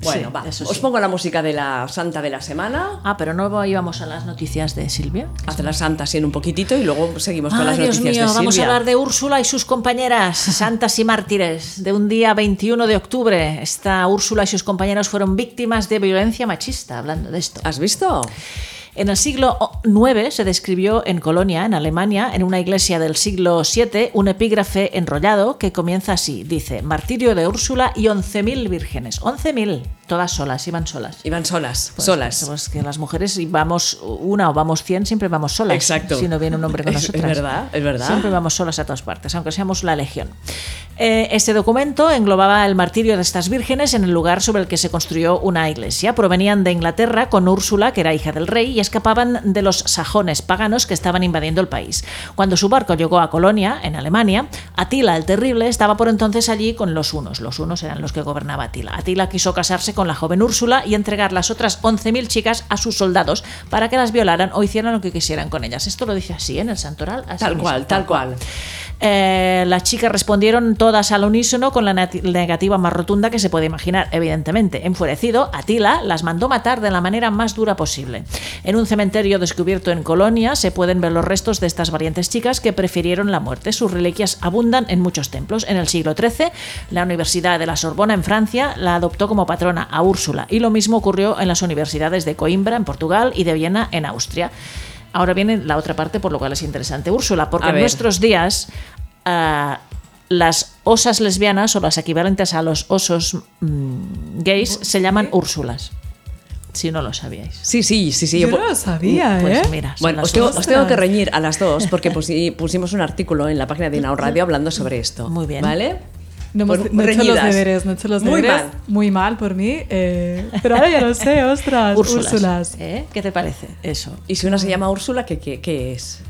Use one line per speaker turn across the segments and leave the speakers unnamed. Bueno,
Sí,
va.
eso
Os
sí.
pongo la música de la Santa de la semana.
Ah, pero no íbamos a las noticias de Silvia.
Hace la Santa así en un poquitito y luego seguimos con
Ay,
las
Ah, Dios
noticias
mío,
de Silvia.
vamos a hablar de Úrsula y sus compañeras, santas y mártires, de un día 21 de octubre. Esta Úrsula y sus compañeros fueron víctimas de violencia machista, hablando de esto.
¿Has visto?
En el siglo IX se describió en Colonia, en Alemania, en una iglesia del siglo VII, un epígrafe enrollado que comienza así. Dice, martirio de Úrsula y 11.000 vírgenes. 11.000, todas solas, iban solas.
Iban solas,
Pues,
solas.
pues que las mujeres si vamos una o vamos 100, siempre vamos solas.
Exacto.
Si no viene un hombre con
Es- es
nosotras.
verdad, es verdad.
Siempre vamos solas a todas partes, aunque seamos la legión. Eh, este documento englobaba el martirio de estas vírgenes en el lugar sobre el que se construyó una iglesia. Provenían de Inglaterra con Úrsula, que era hija del rey, y escapaban de los sajones paganos que estaban invadiendo el país. Cuando su barco llegó a Colonia, en Alemania, Atila el Terrible estaba por entonces allí con los unos. Los unos eran los que gobernaba Atila. Atila quiso casarse con la joven Úrsula y entregar las otras 11.000 chicas a sus soldados para que las violaran o hicieran lo que quisieran con ellas. Esto lo dice así en el santoral. así
Tal
mismo,
cual, tal cual.
pues. eh, las chicas respondieron todas al unísono con la nati- negativa más rotunda que se puede imaginar, evidentemente. Enfurecido, Atila las mandó matar de la manera más dura posible. En un cementerio descubierto en Colonia se pueden ver los restos de estas valientes chicas que prefirieron la muerte. Sus reliquias abundan en muchos templos. En el siglo XIII, la Universidad de la Sorbona en Francia la adoptó como patrona a Úrsula y lo mismo ocurrió en las universidades de Coimbra en Portugal y de Viena en Austria. Ahora viene la otra parte por lo cual es interesante Úrsula, porque
A
en
ver.
nuestro nuestros días ah, las osas lesbianas o las equivalentes a los osos mm, gays se llaman Úrsulas. Si no lo sabíais.
Sí, sí, sí, sí.
Yo
yo po-
no lo sabía,
Pues
¿eh?
mira, son
Bueno,
las
os tengo,
Úrsulas.
os tengo que reñir a las dos porque pusi- pusimos un artículo en la página de Inao Radio hablando sobre esto.
Muy bien.
¿Vale?
No, hemos-
Pues
no he hecho los
reñidas.
deberes, no he hecho los
Muy
deberes.
mal.
Muy mal por mí. eh, pero ahora ya lo sé, ostras.
Úrsulas.
Úrsulas.
¿Eh? ¿Qué te parece eso?
Y si una se llama Úrsula, ¿qué, qué, qué es?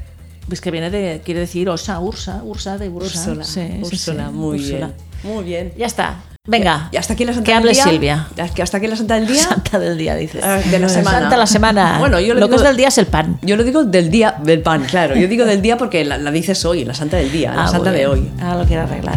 Pues que viene de, quiere decir osa, ursa, ursa de ursa.
Úrsula.
Sí, sí,
Úrsula,
sí,
muy
Úrsula.
bien. Muy bien.
Ya está. Venga.
Y hasta aquí la Santa
Que
del
hable
día.
Silvia.
Hasta aquí la Santa del día.
Santa del día, dice.
Ah, de la semana.
Santa la semana.
Bueno, yo lo
lo que
digo-
es del día es el pan.
Yo lo digo del día del pan, claro. Yo digo del día porque la, la dices hoy, la Santa del día, la
Ah,
Santa
muy
de
bien.
hoy.
Ahora lo quiero arreglar.